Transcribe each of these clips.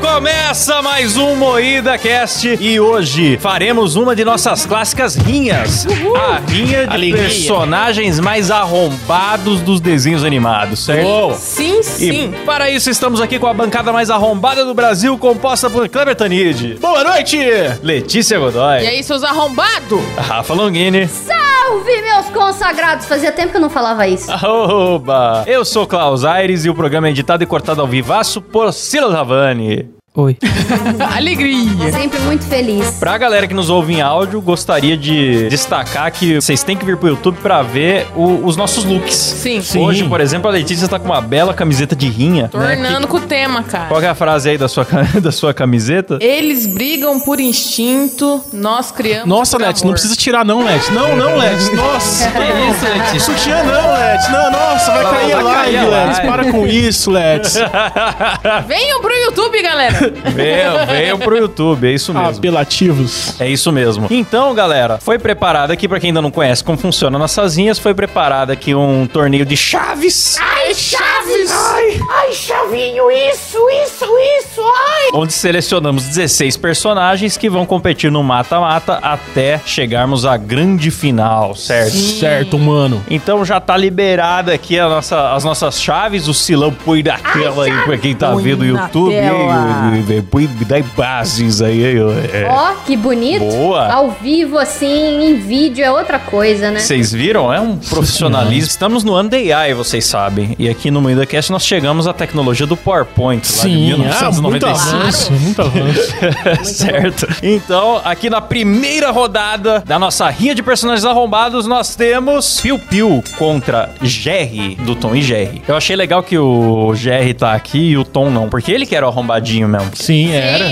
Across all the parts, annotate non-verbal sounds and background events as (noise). Começa mais um Moída Cast e hoje faremos uma de nossas clássicas rinhas. A rinha de Alegria. personagens mais arrombados dos desenhos animados, certo? Sim, E sim. para isso estamos aqui com a bancada mais arrombada do Brasil, composta por Kleber Tanid, Boa noite! Letícia Godoy, E aí, seus arrombados? Rafa Longini, Salve, meus consagrados! Fazia tempo que eu não falava isso. Oba! Eu sou Klaus Aires e o programa é editado e cortado ao vivaço por Silas Havani. Oi. (laughs) Alegria. Sempre muito feliz. Pra galera que nos ouve em áudio, gostaria de destacar que vocês têm que vir pro YouTube pra ver o- os nossos looks. Sim. Sim. Hoje, por exemplo, a Letícia tá com uma bela camiseta de rinha. Né? Tornando com o tema, Que- Qual cara. que é a frase aí da sua, ca- (laughs) da sua camiseta? Eles brigam por instinto, nós criamos. Nossa, por Let, amor. não precisa tirar não, Let. Não, não, Let. Nossa. Que isso, Letícia? Sutiã não, Let. Não, nossa, vai Vai cair a cair live, a Let. live. Para com (laughs) isso, Let. Venham pro (laughs) YouTube, galera. Venham, venham pro YouTube, é Ah, isso mesmo. Apelativos. É isso mesmo. Então, galera, foi preparado aqui, pra quem ainda não conhece como funciona nossas linhas, foi preparado aqui um torneio de chaves. Ai, chaves! Ai, Chavinho, isso, isso, isso. Ai. onde selecionamos 16 personagens que vão competir no mata-mata até chegarmos à grande final, certo? Certo, mano. Então já tá liberada aqui a nossa- as nossas chaves, o Silão põe da tela aí pra quem tá põe vendo o na YouTube. tela. E- e- e- Põe dá em bases aí. aí, ó, é. Ó, que bonito. Boa. Ao vivo, assim, em vídeo, é outra coisa, né? Vocês viram? É um profissionalismo. Estamos no ano da AI, vocês sabem. E aqui no MoedaCast nós chegamos à tecnologia do PowerPoint, lá de Sim, ah, muito 1995. avanço, muito avanço. certo? Então, aqui na primeira rodada da nossa rinha de personagens arrombados, nós temos Piu Piu contra Jerry, do Tom e Jerry. Eu achei legal que o Jerry tá aqui e o Tom não, porque ele que era o arrombadinho mesmo. Sim, era.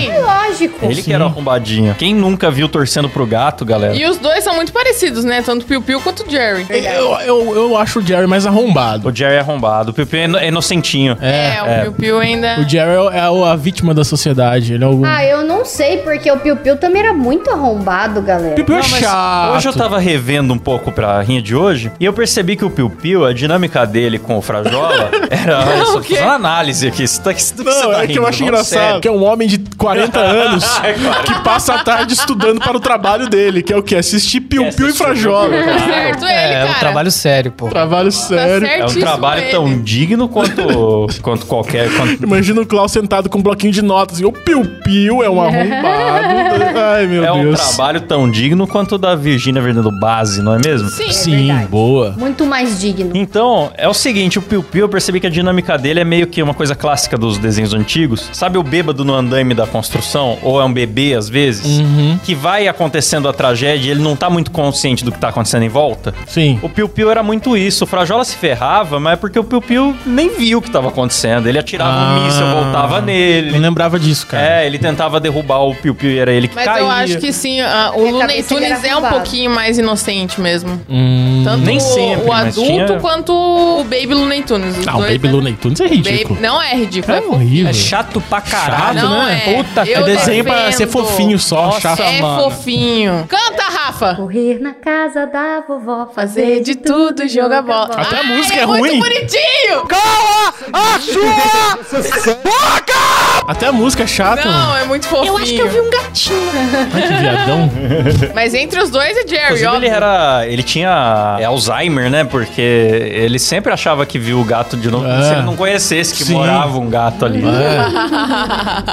Lógico. Ele que é era o arrombadinho. Quem nunca viu torcendo pro gato, galera? E os dois são muito parecidos, né? Tanto Piu Piu quanto o Jerry. É, Eu, eu, eu acho o Jerry mais arrombado. O Jerry é arrombado, o Piu Piu é ino- é inocentinho. É, o Piu Piu ainda. Ah. O Jerry é o- a vítima da sociedade. Ele é o... Ah, eu não sei, porque o Piu Piu também era muito arrombado, galera. Piu-piu é Não, mas chato. Hoje eu tava revendo um pouco pra rinha de hoje e eu percebi que o Piu Piu, a dinâmica dele com o (laughs) Frajola, era. Olha, só o quê? tô fazendo análise aqui. Você tá, que, que você Não, tá é que eu rindo, acho não, engraçado. É sério. Que é um homem de (laughs) 40 anos que passa a tarde estudando para o trabalho dele, que é o quê? Assistir piu-piu e assistir frajola. Piu-Piu. Tá certo ele, É, cara. é um trabalho sério, pô. Trabalho Tá sério. É um certíssimo trabalho ele. tão digno (laughs) quanto, quanto qualquer. quanto- Imagina o Klaus sentado com um bloquinho de notas e o piu-piu é um (laughs) arrombado. Ai, meu é um Deus. trabalho tão digno quanto o da Virgínia Fernando Base, não é mesmo? Sim. Sim, boa. Muito mais digno. Então, é o seguinte, o Piu Piu, eu percebi que a dinâmica dele é meio que uma coisa clássica dos desenhos antigos. Sabe o bêbado no andaime da construção? Ou é um bebê, às vezes? Uhum. Que vai acontecendo a tragédia e ele não tá muito consciente do que tá acontecendo em volta? Sim. O Piu Piu era muito isso. O Frajola se ferrava, mas é porque o Piu Piu nem viu o que tava acontecendo. Ele atirava um Ah. míssil, voltava Não nele. lembrava disso, cara. É, ele tentava derrubar o Piu Piu e era ele que Mas caía. eu acho que sim, a- o Porque a Looney cabeça dele Tunes era é um bombado. pouquinho mais inocente mesmo. Hum. Tanto nem o, sempre, o mas adulto tinha- Ah, quanto o Baby Looney Tunes. Os Não, dois, Baby né? Looney Tunes é ridículo. Baby- Não é ridículo. É é fofo. horrível. É chato pra Chato, caralho. Não né? é. Puta que Eu É desenho pra defendo. ser fofinho só, Nossa, chato. É mano. fofinho. Canta, Rafa! Correr na casa da vovó, fazer Fazer de tudo, joga bola. Até a Ah, música ele é ruim. Muito bonitinho! Até a música é chata, mano. Não, é muito fofinho. Eu acho que eu vi um Ai, que viadão. (laughs) Mas entre os dois é Jerry, Inclusive, ó. ele era. Ele tinha é, Alzheimer, né? Porque ele sempre achava que viu o gato de novo. É. Se ele não conhecesse que Sim. morava um gato ali.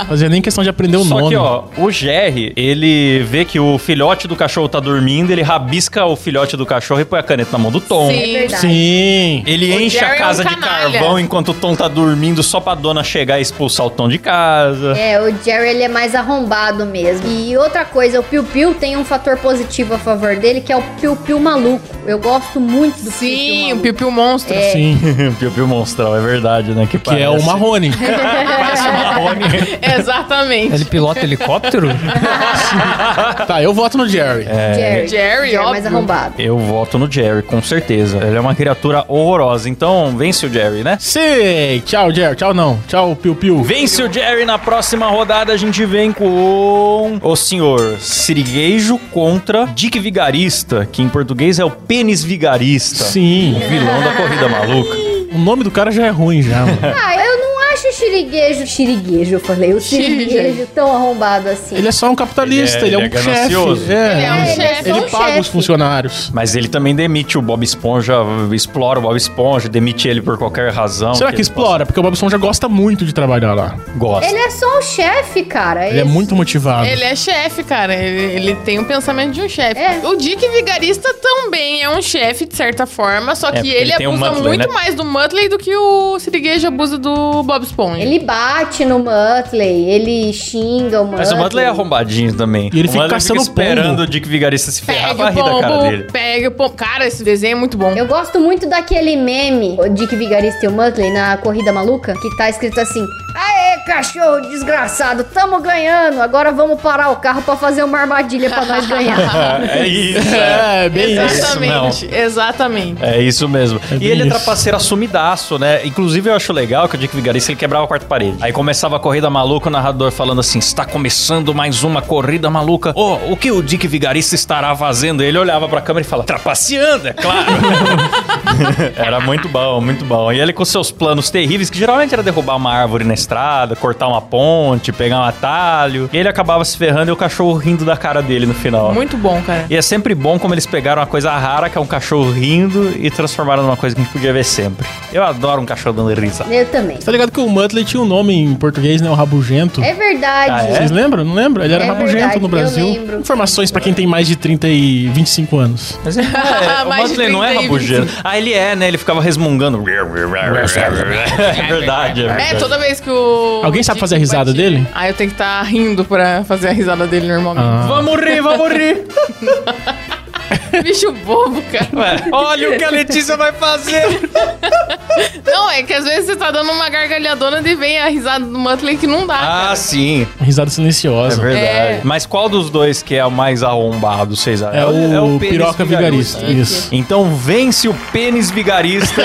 Fazia nem questão de aprender o Só nome. que, ó, o Jerry, ele vê que o filhote do cachorro tá dormindo, ele rabisca o filhote do cachorro e põe a caneta na mão do Tom. É Sim. verdade. Sim. Ele O enche Jerry a é um casa de canalha. carvão enquanto o Tom tá dormindo só pra dona chegar e expulsar o Tom de casa. É, o Jerry ele é mais arrombado mesmo. E outra coisa, o Piu Piu tem um fator positivo a favor dele, que é o Piu Piu maluco. Eu gosto muito do Sim, Piu o Piu. maluco. Piu Piu Monstro. (laughs) Sim. Piu Piu Monstrão, é verdade, né? Que, Que é o (laughs) Marrone. É. Exatamente. Ele pilota helicóptero? (laughs) tá, eu voto no Jerry. Jerry, Jerry. Jerry é mais óbvio. arrombado. Eu voto no Jerry, com certeza. Ele é uma criatura horrorosa. Então, vence o Jerry, né? Sei. Tchau, Jerry. Tchau, não. Tchau, Piu Piu. Vence o Jerry na próxima rodada. A gente vem com o senhor Sirigueijo contra Dick Vigarista, que em português é o Pênis Vigarista. Sim. O vilão da corrida maluca. O nome do cara já é ruim, já, mano. Ah, eu não acho xiriguejo. Xiriguejo, eu falei. O Xiriguejo. xiriguejo tão arrombado assim. Ele é só um capitalista, Ele ele é- é, ele é um ganancioso. chefe. Ele é um chefe. Ele Só um paga os chefe. funcionários. Mas ele também demite o Bob Esponja, explora o Bob Esponja, demite ele por qualquer razão. Será que ele explora? Porque o Bob Esponja gosta muito de trabalhar lá. possa- Gosta. Ele é só um chefe, cara. Ele é muito motivado. Ele é chefe, cara. Ele, ele tem o pensamento de um chefe. É. O Dick Vigarista também é um chefe, de certa forma, só É, que porque ele, ele tem o abusa Muttley, muito né? mais do Muttley do que o Siriguejo abusa do Bob Esponja. Ele bate no Muttley, ele xinga o Muttley. Mas o Mudley é arrombadinho também. E ele o fica Mudley caçando pombo. esperando o Dick Vigarista se ferrar a Pega o barriga da cara pombo, dele. pega o pombo. Cara, esse desenho é muito bom. Eu gosto muito daquele meme, o Dick Vigarista e o Muttley, na Corrida Maluca, que tá escrito assim: Aê, cachorro desgraçado, tamo ganhando, agora vamos parar o carro pra fazer uma armadilha pra (laughs) nós ganhar. É isso. É, bem isso. Exatamente, exatamente. É isso mesmo. e bem ele é isso. trapaceiro assumidaço, né? Inclusive, eu acho legal que o Dick Vigarista ele quebrava a quarta parede. Aí começava a corrida maluca, o narrador falando assim: está começando mais uma corrida maluca. Oh, o que o Dick Vigarista estará fazendo? Ele olhava pra câmera e falava: trapaceando, é (laughs) claro. era muito bom, muito bom. E ele com seus planos terríveis, que geralmente era derrubar uma árvore na estrada, cortar uma ponte, pegar um atalho. E ele acabava se ferrando e o cachorro rindo da cara dele no final. Muito bom, cara. E é sempre bom como eles pegaram uma coisa rara, que é um cachorro rindo, e transformaram numa coisa que a gente podia ver sempre. Eu adoro um cachorro dando risada. Eu também. Tá ligado que o Muttley tinha um nome em português, né? O Rabugento. É verdade. Ah, é? Vocês lembram? Não lembro? Ele era É rabugento verdade, no eu Brasil. lembro. Informações pra quem tem mais de 30 e 25 anos. Mas ele (laughs) é, o Mais de Muttley não é 30 e rabugento. Ah, ele é, né? Ele ficava resmungando. é verdade, é É, verdade. toda vez que o. Alguém sabe Dick fazer a risada batia- dele? Ah, eu tenho que estar rindo pra fazer a risada dele Ah. normalmente. Vamos rir, vamos rir. (laughs) Bicho bobo, cara. Ué, olha o que a Letícia vai (laughs) fazer. Não, é que às vezes você tá dando uma gargalhadona e vem a risada do Muttley que não dá. Ah, cara. sim. (laughs) Risada É silenciosa. verdade. É. Mas qual dos dois que é o mais arrombado, vocês acham? É, o, pênis piroca vigarista. Isso. Então vence o pênis vigarista.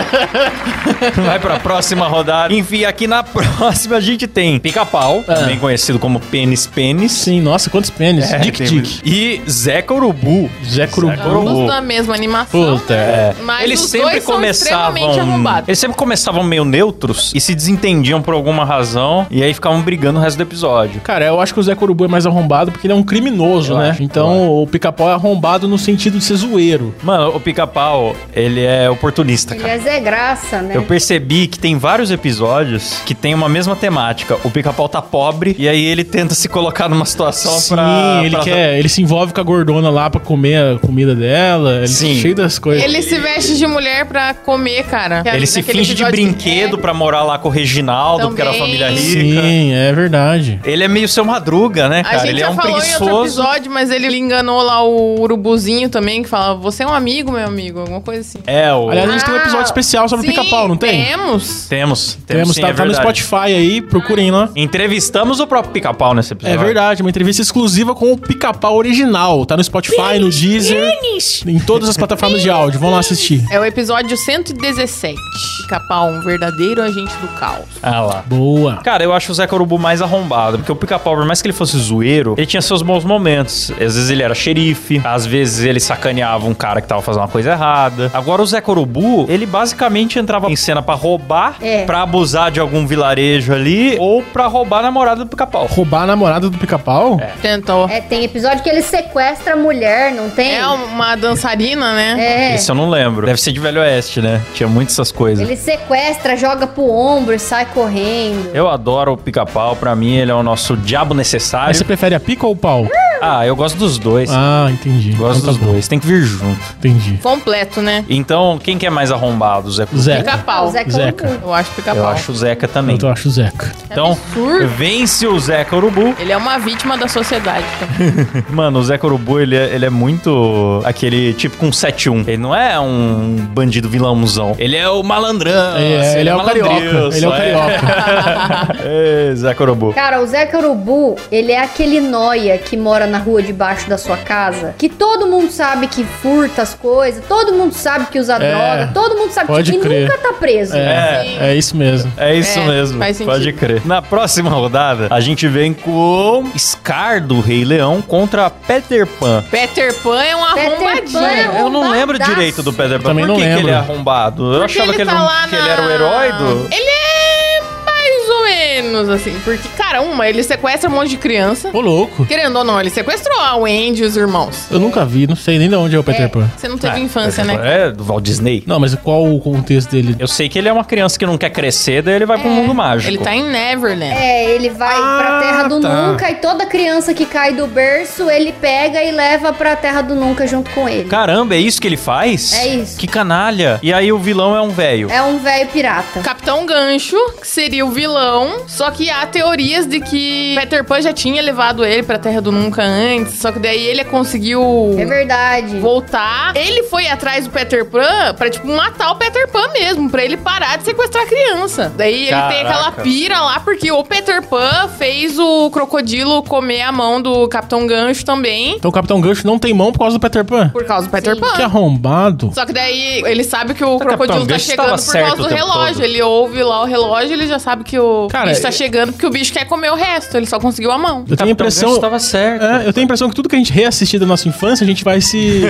Vai pra próxima rodada. Enfim, aqui na próxima a gente tem Pica-Pau, também conhecido como Pênis Pênis. Sim, nossa, quantos pênis. É, dick tem- Dick. E Zeca Urubu. Zé Curubu. Urubu. Ambos na mesma animação. Puta, né? é. Mas eles os sempre dois são começavam. extremamente arrombados. Eles sempre começavam meio neutros e se desentendiam por alguma razão. E aí ficavam brigando o resto do episódio. Cara, eu acho que o Zé Corubu é mais arrombado porque ele é um criminoso, Eu né? acho, então eu o pica-pau é arrombado no sentido de ser zoeiro. Mano, o pica-pau, ele é oportunista, Ele cara. é Zé Graça, né? Eu percebi que tem vários episódios que tem uma mesma temática. O pica-pau tá pobre e aí ele tenta se colocar numa situação Sim, pra. ele pra- quer. Ele se envolve com a gordona lá pra comer a comida dela. Ele Sim. cheio das coisas. Ele se veste de mulher pra comer, cara. Ele se é Naquele finge de episódio que- brinquedo pra morar lá com o Reginaldo, porque era a Também. família rica. Sim, é verdade. Ele é meio seu madruga, né, A cara? gente Ele já é um falou em outro preguiçoso. episódio, mas ele enganou lá o urubuzinho também, que fala, você é um amigo, meu amigo, alguma coisa assim. É, o. Aliás, a gente tem um episódio Ah, especial sobre Sim, pica-pau, não tem? Temos. Temos, Temos, temos. sim, tá, é tá no verdade. Spotify aí, procurem lá. Entrevistamos o próprio pica-pau nesse É episódio. verdade, uma entrevista exclusiva com o pica-pau original. Tá no Spotify, no Deezer, em todas as plataformas de áudio. Vão lá assistir. É o episódio 117. Pica-pau, um verdadeiro agente do caos. Ah lá. Boa. Cara, eu acho o Zeca Urubu mais arrombado, porque o pica-pau, por mais que ele fosse zoeiro, ele tinha seus bons momentos. Às vezes ele era xerife, às vezes ele sacaneava um cara que tava fazendo uma coisa errada. Agora o Zeca Urubu, ele basicamente entrava em cena pra roubar, É. pra abusar de algum vilarejo ali, ou pra roubar a namorada do pica-pau. Roubar a namorada do pica-pau? Tentou. É, tem episódio que ele sequestra a mulher, não tem? É, uma dançarina, né? É. Isso eu não lembro. Deve ser de Velho Oeste, né? Tinha muitas essas coisas. Ele sequestra, joga pro ombro e sai correndo. Eu adoro o pica-pau, pra mim ele é o nosso diabo necessário. Mas você prefere a pica ou o pau? Ah, eu gosto dos dois. Ah, entendi. Gosto Então dos tá bom. dois, tem que vir junto. Entendi. É. Completo, né? Então, quem que é mais arrombado, Zé? Cuca? Zeca. Ah, o Pica-pau. Zeca Zeca. Urubu. Eu acho É. Eu pica-pau. acho o Zeca também. Eu acho o Zeca. Então, absurdo. vence o Zeca (laughs) Urubu. Ele é uma vítima da sociedade. cara. Mano, o Zeca Urubu, ele é, ele é muito aquele tipo com 7-1. Ele não é um bandido vilãozão. Ele é o malandrão. É, assim, ele é o malandrilso, carioca. Ele é o carioca. (laughs) (laughs) é, Zeca Urubu. Cara, o Zeca Urubu, ele é aquele noia que mora na rua debaixo da sua casa, que todo mundo sabe que furta as coisas, todo mundo sabe que usa droga, todo mundo sabe É, pode que e crer. nunca tá preso. É, é isso mesmo. É isso É, mesmo. faz sentido. Pode crer. Na próxima rodada, a gente vem com Scar do Rei Leão contra Peter Pan. Peter Pan é um Peter arrombadinho. Pan é Eu não lembro arrombadaço. direito do Peter Pan. Também Por não que, que lembro. ele é arrombado? Eu Porque achava que, ele, tá não- lá que na- ele era o herói do. Ele é mais ou menos, assim. Porque, cara, uma, ele sequestra um monte de criança. Ô, louco. Querendo ou não, ele sequestrou a Wendy e os irmãos. Eu nunca vi, não sei nem de onde é o Peter Pan. Você não teve Ah, infância, né? É, do Walt Disney. Não, mas qual o contexto dele? Eu sei que ele é uma criança que não quer crescer, daí ele vai pro mundo mágico. Ele tá em Neverland. É, ele vai pra Terra do tá. Nunca e toda criança que cai do berço, ele pega e leva pra Terra do Nunca junto com ele. Caramba, é isso que ele faz? É isso. Que canalha. E aí o vilão é um velho. É um velho pirata. Capitão Gancho, que seria o vilão, só que há teorias de que Peter Pan já tinha levado ele pra Terra do Nunca antes, só que daí ele conseguiu É verdade. voltar. Ele foi atrás do Peter Pan pra, tipo, matar o Peter Pan mesmo, pra ele parar de sequestrar a criança. Daí ele Caraca. tem aquela pira lá, porque o Peter Pan fez o crocodilo comer a mão do Capitão Gancho também, Então o Capitão Gancho não tem mão por causa do Peter Pan. por causa do Peter Pan. Que arrombado. Só que daí ele sabe que o Capitão crocodilo tá Gancho chegando tava por certo causa do o tempo relógio. todo. é- Ele ouve lá o relógio, ele já sabe que o Cara, bicho tá eu- chegando porque o bicho quer comer o resto. Ele só conseguiu a mão. Eu tenho a impressão. estava certo. É, eu tenho a impressão que tudo que a gente reassistir da nossa infância, a gente (laughs) vai se,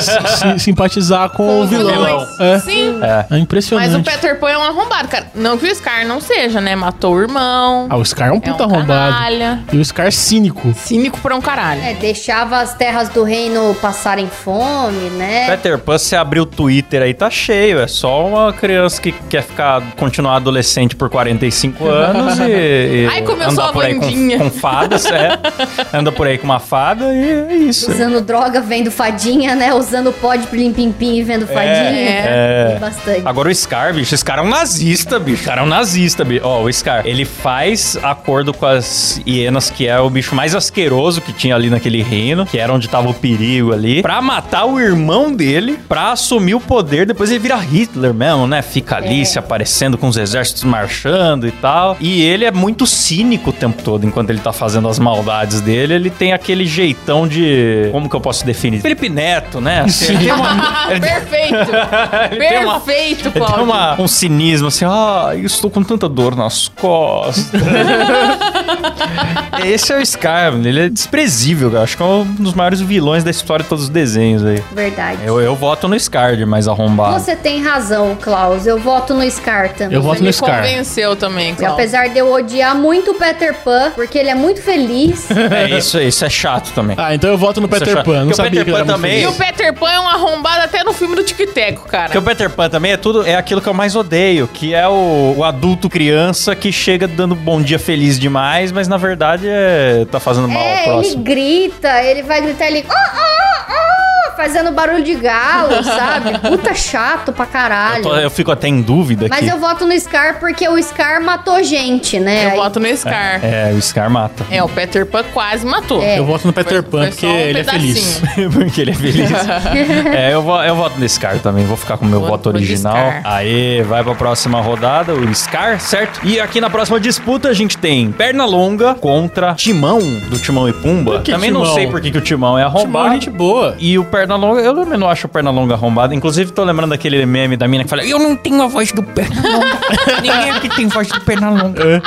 se- se simpatizar com, o os vilão. vilões. É. Sim. É impressionante. Mas o Peter Pan é um arrombado, cara. Não que o Scar não seja, né? Matou o irmão. Ah, o Scar é um é um puta arrombado. canalha. E o Scar é cínico. Cínico pra um caralho. É, deixava as terras do reino passarem fome, né? Peter Pan, você abriu o Twitter aí, tá cheio. É só uma criança que quer ficar, continuar adolescente por (laughs) 45 anos e. e Ai, como eu andar sou a por aí com, Wandinha. com fadas, é. (laughs) Anda por aí com uma fada e é isso. Usando droga, vendo fadinha, né? Usando pó de plim-pim-pim e vendo fadinha. É. Tem Bastante. Agora o Scar, bicho, esse cara é um nazista, bicho. O cara é um nazista, bicho. Ó, o Scar, ele faz acordo com as hienas, que é o bicho mais asqueroso que tinha ali naquele reino, que era onde tava o perigo ali, pra matar o irmão dele, pra assumir o poder. Depois ele vira Hitler mesmo, né? Fica ali se aparecendo com os exércitos marchando e tal. E ele é muito cínico o tempo todo, enquanto ele tá fazendo as maldades dele. Ele tem aquele jeitão de. Como que eu posso definir? Felipe Neto, né? Assim, ele tem uma- ele tem- Ah, Perfeito. (laughs) ele tem uma- Perfeito, ele tem Cláudio. uma- um cinismo assim, ah, eu estou com tanta dor nas costas. (laughs) Esse é o Scar, mano, ele é desprezível, cara. Acho que é um dos maiores vilões da história de todos os desenhos aí. Verdade. Eu, eu voto no Scar de mais arrombado. Você tem razão, Klaus. Eu voto no Scar também. Eu voto Você no me Scar. convenceu é também, E Cláudio. apesar de eu odiar muito o Peter Pan, porque ele é (laughs) muito feliz. É isso, aí, isso é chato também. (laughs) Ah, então eu voto no Você Peter acha- Pan. Não Porque o sabia Peter que ele era Pan muito também- E feliz. o Peter Pan é um arrombado até no filme do Tic Teco, cara. Porque o Peter Pan também é tudo, é aquilo que eu mais odeio, que é o, o adulto criança que chega dando bom dia feliz demais, mas na verdade é, tá fazendo mal ao é, ele próximo. grita, ele vai gritar ele. Oh, oh, oh, fazendo barulho de (laughs) galo, sabe? Puta chato pra Eu, caralho. tô- eu fico até em dúvida Mas aqui. eu voto no Scar porque o Scar matou gente, né? Eu Aí- voto no Scar. É, É, o Scar mata. o Peter Pan quase matou. É. Eu voto no Foi- Peter Pan foi porque só um ele é pedacinho. feliz. Porque ele é feliz. (laughs) é, eu, vo- eu voto no Scar também. Vou ficar com o meu Vou- voto vou de original. Scar. Aê, vai pra próxima rodada, o Scar, certo? E aqui na próxima disputa a gente tem Pernalonga contra Timão, do Timão e Pumba. Por que também não Timão? sei por que, que o Timão é arrombado. Timão é gente boa. E o Pernalonga, eu também não acho o Pernalonga arrombado. Inclusive, tô lembrando daquele meme da mina que fala: (laughs) Eu não tenho a voz do Pernalonga. Ninguém aqui tem voz do Pernalonga.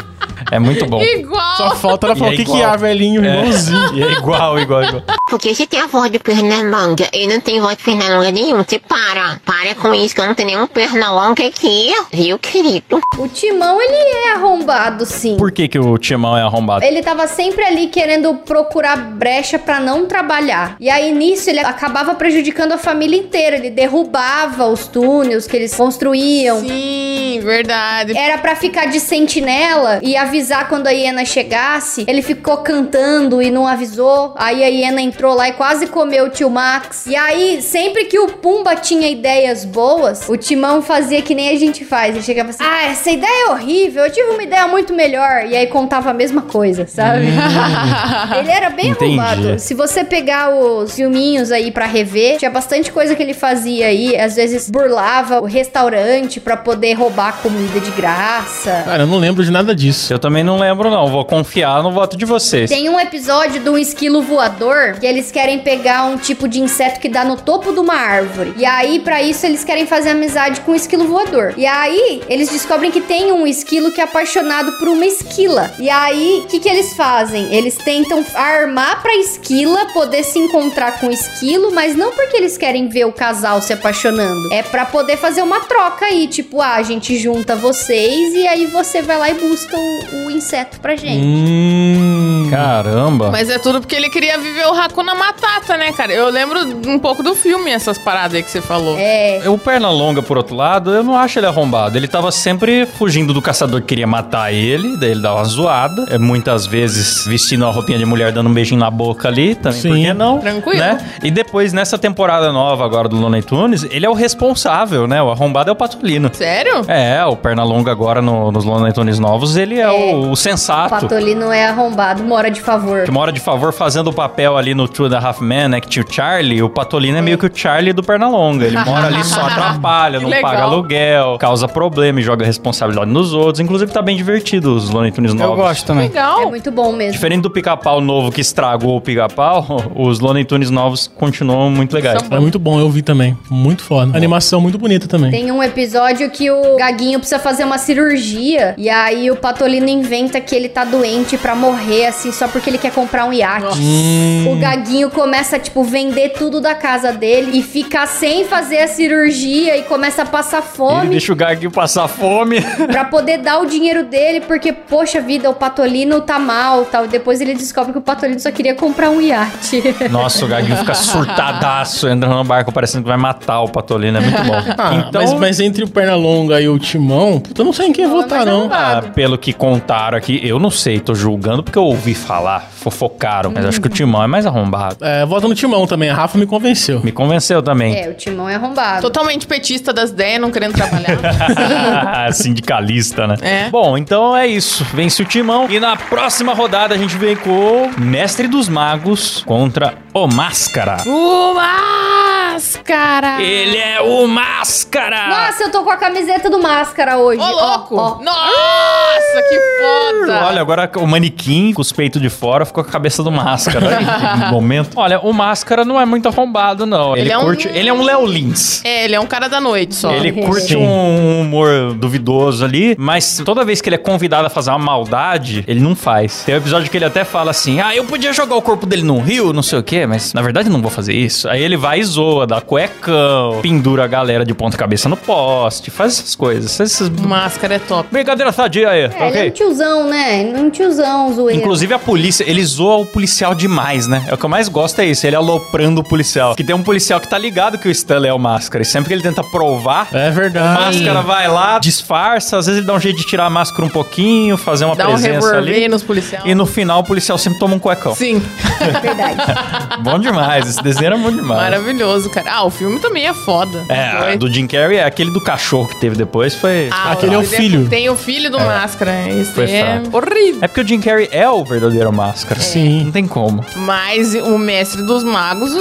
É muito bom. (laughs) Igual. Só falta ela falar E é o que, que igual. é, velhinho, irmãozinho. E é igual, igual, igual. Porque você tem a voz de perna longa e não tem voz de perna longa nenhum. Você para. Para com isso que eu não tenho nenhum perna longa aqui. Viu, querido? O Timão, ele é arrombado, sim. Por que, que o Timão é arrombado? Ele tava sempre ali querendo procurar brecha pra não trabalhar. E aí nisso ele acabava prejudicando a família inteira. Ele derrubava os túneis que eles construíam. Sim, verdade. É. (laughs) Era pra ficar de sentinela e avisar quando a hiena chegasse. Ele ficou cantando e não avisou. Aí a hiena entrou lá e quase comeu o tio Max. E aí, sempre que o Pumba tinha ideias boas, o Timão fazia que nem a gente faz. Ele chegava assim: Ah, essa ideia é horrível, eu tive uma ideia muito melhor. E aí contava a mesma coisa, sabe? (laughs) é ele era bem Entendi. arrombado. Se você pegar os filminhos aí pra rever, tinha bastante coisa que ele fazia aí. Às vezes burlava o restaurante pra poder roubar comida de graça. Cara, eu não lembro de nada disso. Eu também não lembro, não. Vou confiar no voto de vocês. Tem um episódio de um esquilo voador que eles querem pegar um tipo de inseto que dá no topo de uma árvore. E aí, pra isso, eles querem fazer amizade com o esquilo voador. E aí, eles descobrem que tem um esquilo que é apaixonado por uma esquila. E aí, o que, que eles fazem? Eles tentam armar pra esquila poder se encontrar com o esquilo, mas não porque eles querem ver o casal se apaixonando. É pra poder fazer uma troca aí, tipo, ah, a gente junta vocês e aí você vai lá e busca o, o inseto pra gente. Hum. Caramba. Mas é tudo porque ele queria viver o Hakuna Matata, né, cara? Eu lembro um pouco do filme, essas paradas aí que você falou. É. O Pernalonga, por outro lado, eu não acho ele arrombado. Ele tava sempre fugindo do caçador que queria matar ele, daí ele dava uma zoada. É, muitas vezes vestindo a roupinha de mulher, dando um beijinho na boca ali, também, Sim. por que não? Tranquilo. Né? E depois, nessa temporada nova agora do Looney Tunes, ele é o responsável, né? O arrombado é o Patolino. Sério? É, o Pernalonga agora no- nos Looney Tunes novos, ele é, o, o O sensato. Patolino é arrombado, mora de favor. Que mora de favor fazendo o papel ali no Two and a Half Men, né? Que tinha o Charlie. O Patolino é meio que o Charlie do Pernalonga. Ele mora ali só atrapalha, (laughs) Que não legal. paga aluguel, causa problema e joga responsabilidade nos outros. Inclusive, tá bem divertido os Looney Tunes novos. Eu gosto também. É Legal. muito bom mesmo. Diferente do pica-pau novo que estragou o pica-pau, (laughs) os Looney Tunes novos continuam muito legais. São É muito bom, eu vi também. Muito foda. Animação muito bonita também. Tem um episódio que o Gaguinho precisa fazer uma cirurgia e aí o Patolino inventa que ele tá doente pra morrer assim só porque ele quer comprar um iate. Hum. O Gaguinho começa tipo vender tudo da casa dele e fica sem fazer a cirurgia e começa a passar Ele fome deixa o Gaguinho passar fome. (laughs) pra poder dar o dinheiro dele porque poxa vida, o Patolino tá mal, tal. Depois ele descobre que o Patolino só queria comprar um iate. Nossa, o Gaguinho fica surtadaço, entrando no barco, parecendo que vai matar o Patolino. É muito bom. Ah, então, mas, mas entre o Pernalonga e o Timão, puta, eu não sei em quem Não, votar, mas é não. um Ah, Errado. pelo que contaram aqui, eu não sei, tô julgando porque eu ouvi falar, fofocaram, mas acho que o Uhum. Timão é mais arrombado. É, vota no Timão também. A Rafa me convenceu. Me convenceu também. É, o Timão é Tá arrombado. Totalmente petista das ideias, não (laughs) querendo trabalhar. Sindicalista, né? É. Bom, então é isso. Vence o Timão. E na próxima rodada a gente vem com o Mestre dos Magos contra o Máscara. o máscara! Ele é o Máscara! Nossa, eu tô com a camiseta do Máscara hoje. Ah. Ô, louco! Ó, ó. Nossa, que foda! Olha, agora o manequim com os peitos de fora ficou com a cabeça do (laughs) Máscara. Olha que momento. Olha, o Máscara não é muito arrombado, não. Ele, Ele é um- curte... Ele é um Léo Lins. É, ele é um cara da noite só. Ele curte Sim. um humor duvidoso ali, mas toda vez que ele é convidado a fazer uma maldade, ele não faz. Tem um episódio que ele até fala assim: ah, eu podia jogar o corpo dele num rio, não sei o quê, mas na verdade eu não vou fazer isso. Aí ele vai e zoa, dá cuecão, pendura a galera de ponta-cabeça no poste, faz essas coisas. Essas... Máscara é top. Brincadeira sadia aí, tá É, ele é um ok? tiozão, né? Ele é um tiozão, zoeiro. Inclusive a polícia, ele zoa o policial demais, né? É o que eu mais gosto é isso, ele aloprando o policial. Que tem um policial que tá ligado que o Stanley é o máscara. E sempre que ele tenta provar, É verdade. máscara vai lá, disfarça, às vezes ele dá um jeito de tirar a máscara um pouquinho, fazer uma Dá um presença ali. revolver nos policiais. E no final o policial sempre toma um cuecão. Sim, Verdade. (laughs) Bom demais, esse desenho era bom demais. maravilhoso, cara. Ah, o filme também é foda. É, Foi. do Jim Carrey, é aquele do cachorro que teve depois foi. Ah, Aquele é o mas filho. Tem o filho do Máscara. Esse É. Foi é fraco. horrível. É porque o Jim Carrey é o verdadeiro É. máscara. Sim. Não tem como. Mas o Mestre dos Magos,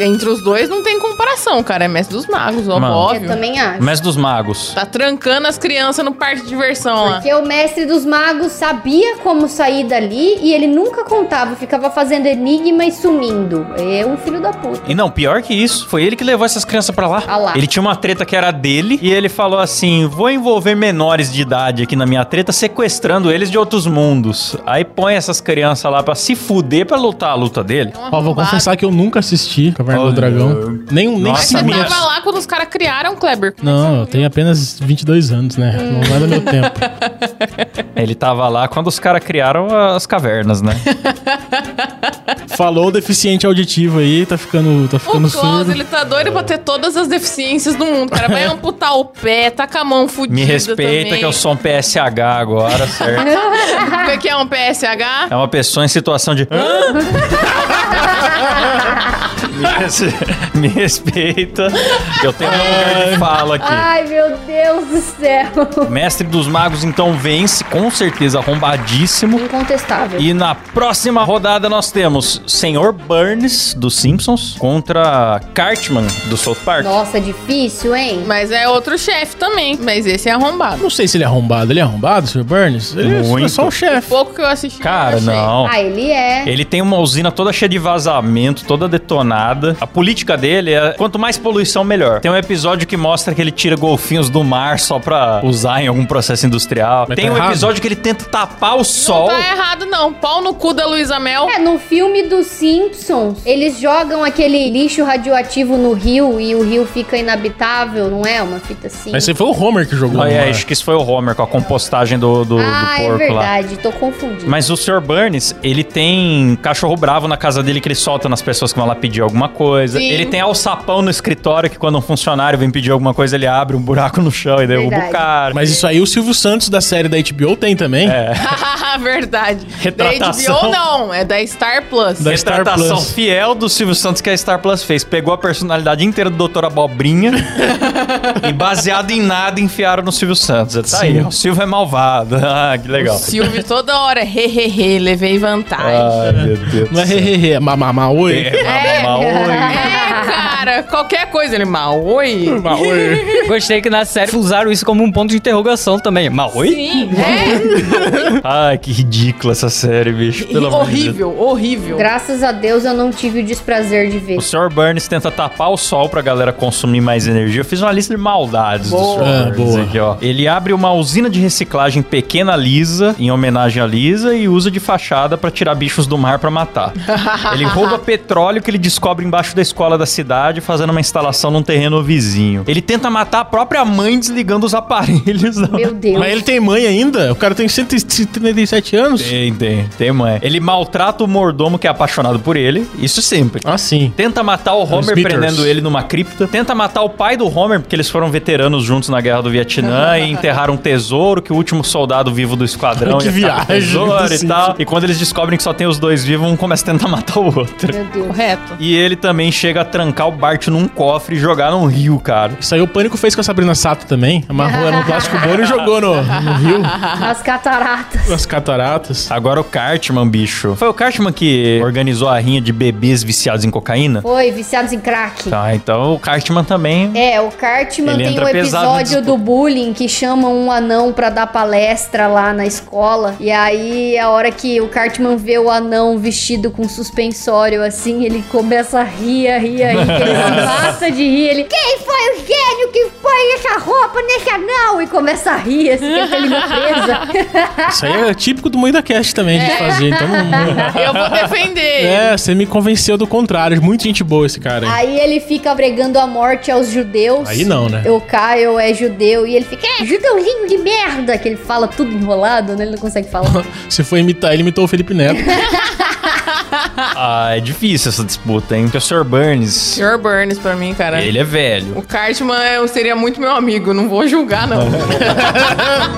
entre os dois, não tem comparação, cara. É Mestre dos Magos, ó, Mano. Eu óbvio. também acho. Mestre dos Magos. Tá trancando as crianças no parque de diversão lá. Porque o mestre dos magos sabia como sair dali e ele nunca contava, ficava fazendo enigma e sumindo. É um filho da puta. E não, pior que isso, foi ele que levou essas crianças pra lá. Ah lá. Ele tinha uma treta que era dele e ele falou assim: "Vou envolver menores de idade aqui na minha treta, sequestrando eles de outros mundos". Aí põe essas crianças lá pra se fuder pra lutar a luta dele. Ó, vou confessar que eu nunca assisti Caverna Olha. do Dragão. Nem, um- nem Nossa, Você minha- sabia. tava lá quando os caras criaram o Kleber. Não, eu tenho apenas 22 anos, né? Não é do meu tempo. Ele tava lá quando os caras criaram as cavernas, (laughs) né? (laughs) Falou o deficiente auditivo aí, tá ficando, tá O ficando Klaus, surdo. ele tá doido pra ter todas as deficiências do mundo, cara. Vai amputar o pé, tá com a mão fudida Me respeita também. que eu sou um PSH agora, certo? O que que é um PSH? É uma pessoa em situação de (laughs) "Hã?" (laughs) Me res- Me respeita. Eu tenho meu lugar de fala aqui. Ai, meu Deus do (laughs) céu. Mestre dos Magos então vence, com certeza arrombadíssimo. Incontestável. E na próxima rodada nós temos Senhor Burns dos Simpsons contra Cartman do South Park. Nossa, difícil, hein? Mas é outro chefe também. Mas esse é arrombado. Não sei se ele é arrombado. Ele é arrombado, Sr. Burns? Ele é- Muito. é só o chefe. Pouco que eu assisti. Cara, eu achei. não. Ah, ele é. Ele tem uma usina toda cheia de vazamento, toda nada. A política dele é quanto mais poluição, melhor. Tem um episódio que mostra que ele tira golfinhos do mar só pra usar em algum processo industrial. Mas Tem tá um errado. episódio que ele tenta tapar o Não sol. tá errado, não. Pau no cu da Luísa Mel. É, no filme dos Simpsons, eles jogam aquele lixo radioativo no rio e o rio fica inabitável, não é? Uma fita assim. Mas esse foi o Homer que jogou. Ah, no é, mar. acho que isso foi o Homer com a compostagem do, do, do ah, é porco lá. verdade, tô confundindo. Mas o Sr. Burns, ele tem cachorro bravo na casa dele que ele solta nas pessoas que vão lá pedir alguma coisa. Sim. Ele tem alçapão no escritório que quando um funcionário vem pedir alguma coisa, ele abre um buraco no chão e derruba o Verdade. cara. Mas isso aí o Silvio Santos da série da HBO tem também. É. (laughs) Verdade. Retratação. Da HBO não, é da Star Plus. Da- Star Retratação Plus. fiel do Silvio Santos que a Star Plus fez. Pegou a personalidade inteira do Doutor (laughs) Abobrinha e baseado em nada enfiaram no Silvio Santos. Tá aí, Sim. o Silvio é malvado. (laughs) Ah, que legal. Silvio toda hora, hehehe, levei vantagem. Ah, meu Deus. Não é (laughs) hehehe, é mamamá, oi. É, mal, É, cara, qualquer coisa ele mal. Oi. Maoi. Gostei que na série usaram isso como um ponto de interrogação também. Mas oi? Sim, é Ai, que ridícula essa série, bicho. Pelo amor de Deus. horrível, horrível. Graças a Deus eu não tive o desprazer de ver. O Sr. Burns tenta tapar o sol pra galera consumir mais energia. Eu fiz uma lista de maldades do Sr. Ah, Burns boa. aqui, ó. Ele abre uma usina de reciclagem pequena lisa, em homenagem à Lisa, e usa de fachada pra tirar bichos do mar pra (laughs) matar. ele rouba petróleo que ele descobre embaixo da escola da cidade, fazendo uma instalação num terreno vizinho. Ele tenta matar a própria mãe desligando os aparelhos. da- Meu Deus. Mas ele tem mãe ainda? O cara tem 137 anos? Tem, tem, tem, mãe. Ele maltrata o mordomo que é apaixonado por ele. Isso sempre. Ah, sim. Tenta matar o Homer Smithers. prendendo ele numa cripta. Tenta matar o pai do Homer, porque eles foram veteranos juntos na guerra do Vietnã (laughs) e enterraram um tesouro que o último soldado vivo do esquadrão Que ia ficar com o viagem do tesouro e Simpsons. tal. E quando eles descobrem que só tem os dois vivos, um começa a tentar (laughs) matar o outro. Meu (laughs) Deus. Correto. E ele também chega a trancar o Bart num cofre e jogar num rio, cara. Isso aí o Pânico fez com a Sabrina Sato também. Amarrou ela no plástico bolho e jogou no, no (laughs) rio, As cataratas. nas cataratas. Agora o Cartman, bicho. Foi o Cartman que organizou a rinha de bebês viciados em cocaína? Foi, viciados em crack. Tá, então o Cartman (laughs) também. É, o Cartman Ele tem entra um pesado episódio no do bullying que chamam um anão pra dar palestra lá na escola. E aí, a hora que o Cartman vê o anão vestido com suspensório, assim, ele começa a rir, a rir, a rir. que Ele se passa de rir. Ele, quem foi o gênio que põe essa roupa nesse anão? E começa a rir, assim, que ele tá ali na presa. Isso aí é típico do Moída Cast também É. de fazer. Então não- (laughs) não- Eu vou defender. É, você me convenceu do contrário. é Muito gente boa esse cara. aí. Aí ele fica pregando a morte aos judeus. Aí não, né? O Kyle é judeu e ele fica, é, judeuzinho de merda, que ele fala tudo enrolado, né? Ele não consegue falar. Se foi imitar, ele imitou o Felipe Neto. Ah, é difícil essa disputa, hein? Porque o Sr. Burns, Sr. Burns pra mim, cara. ele é velho. O Cartman eu seria muito meu amigo, não vou julgar, não.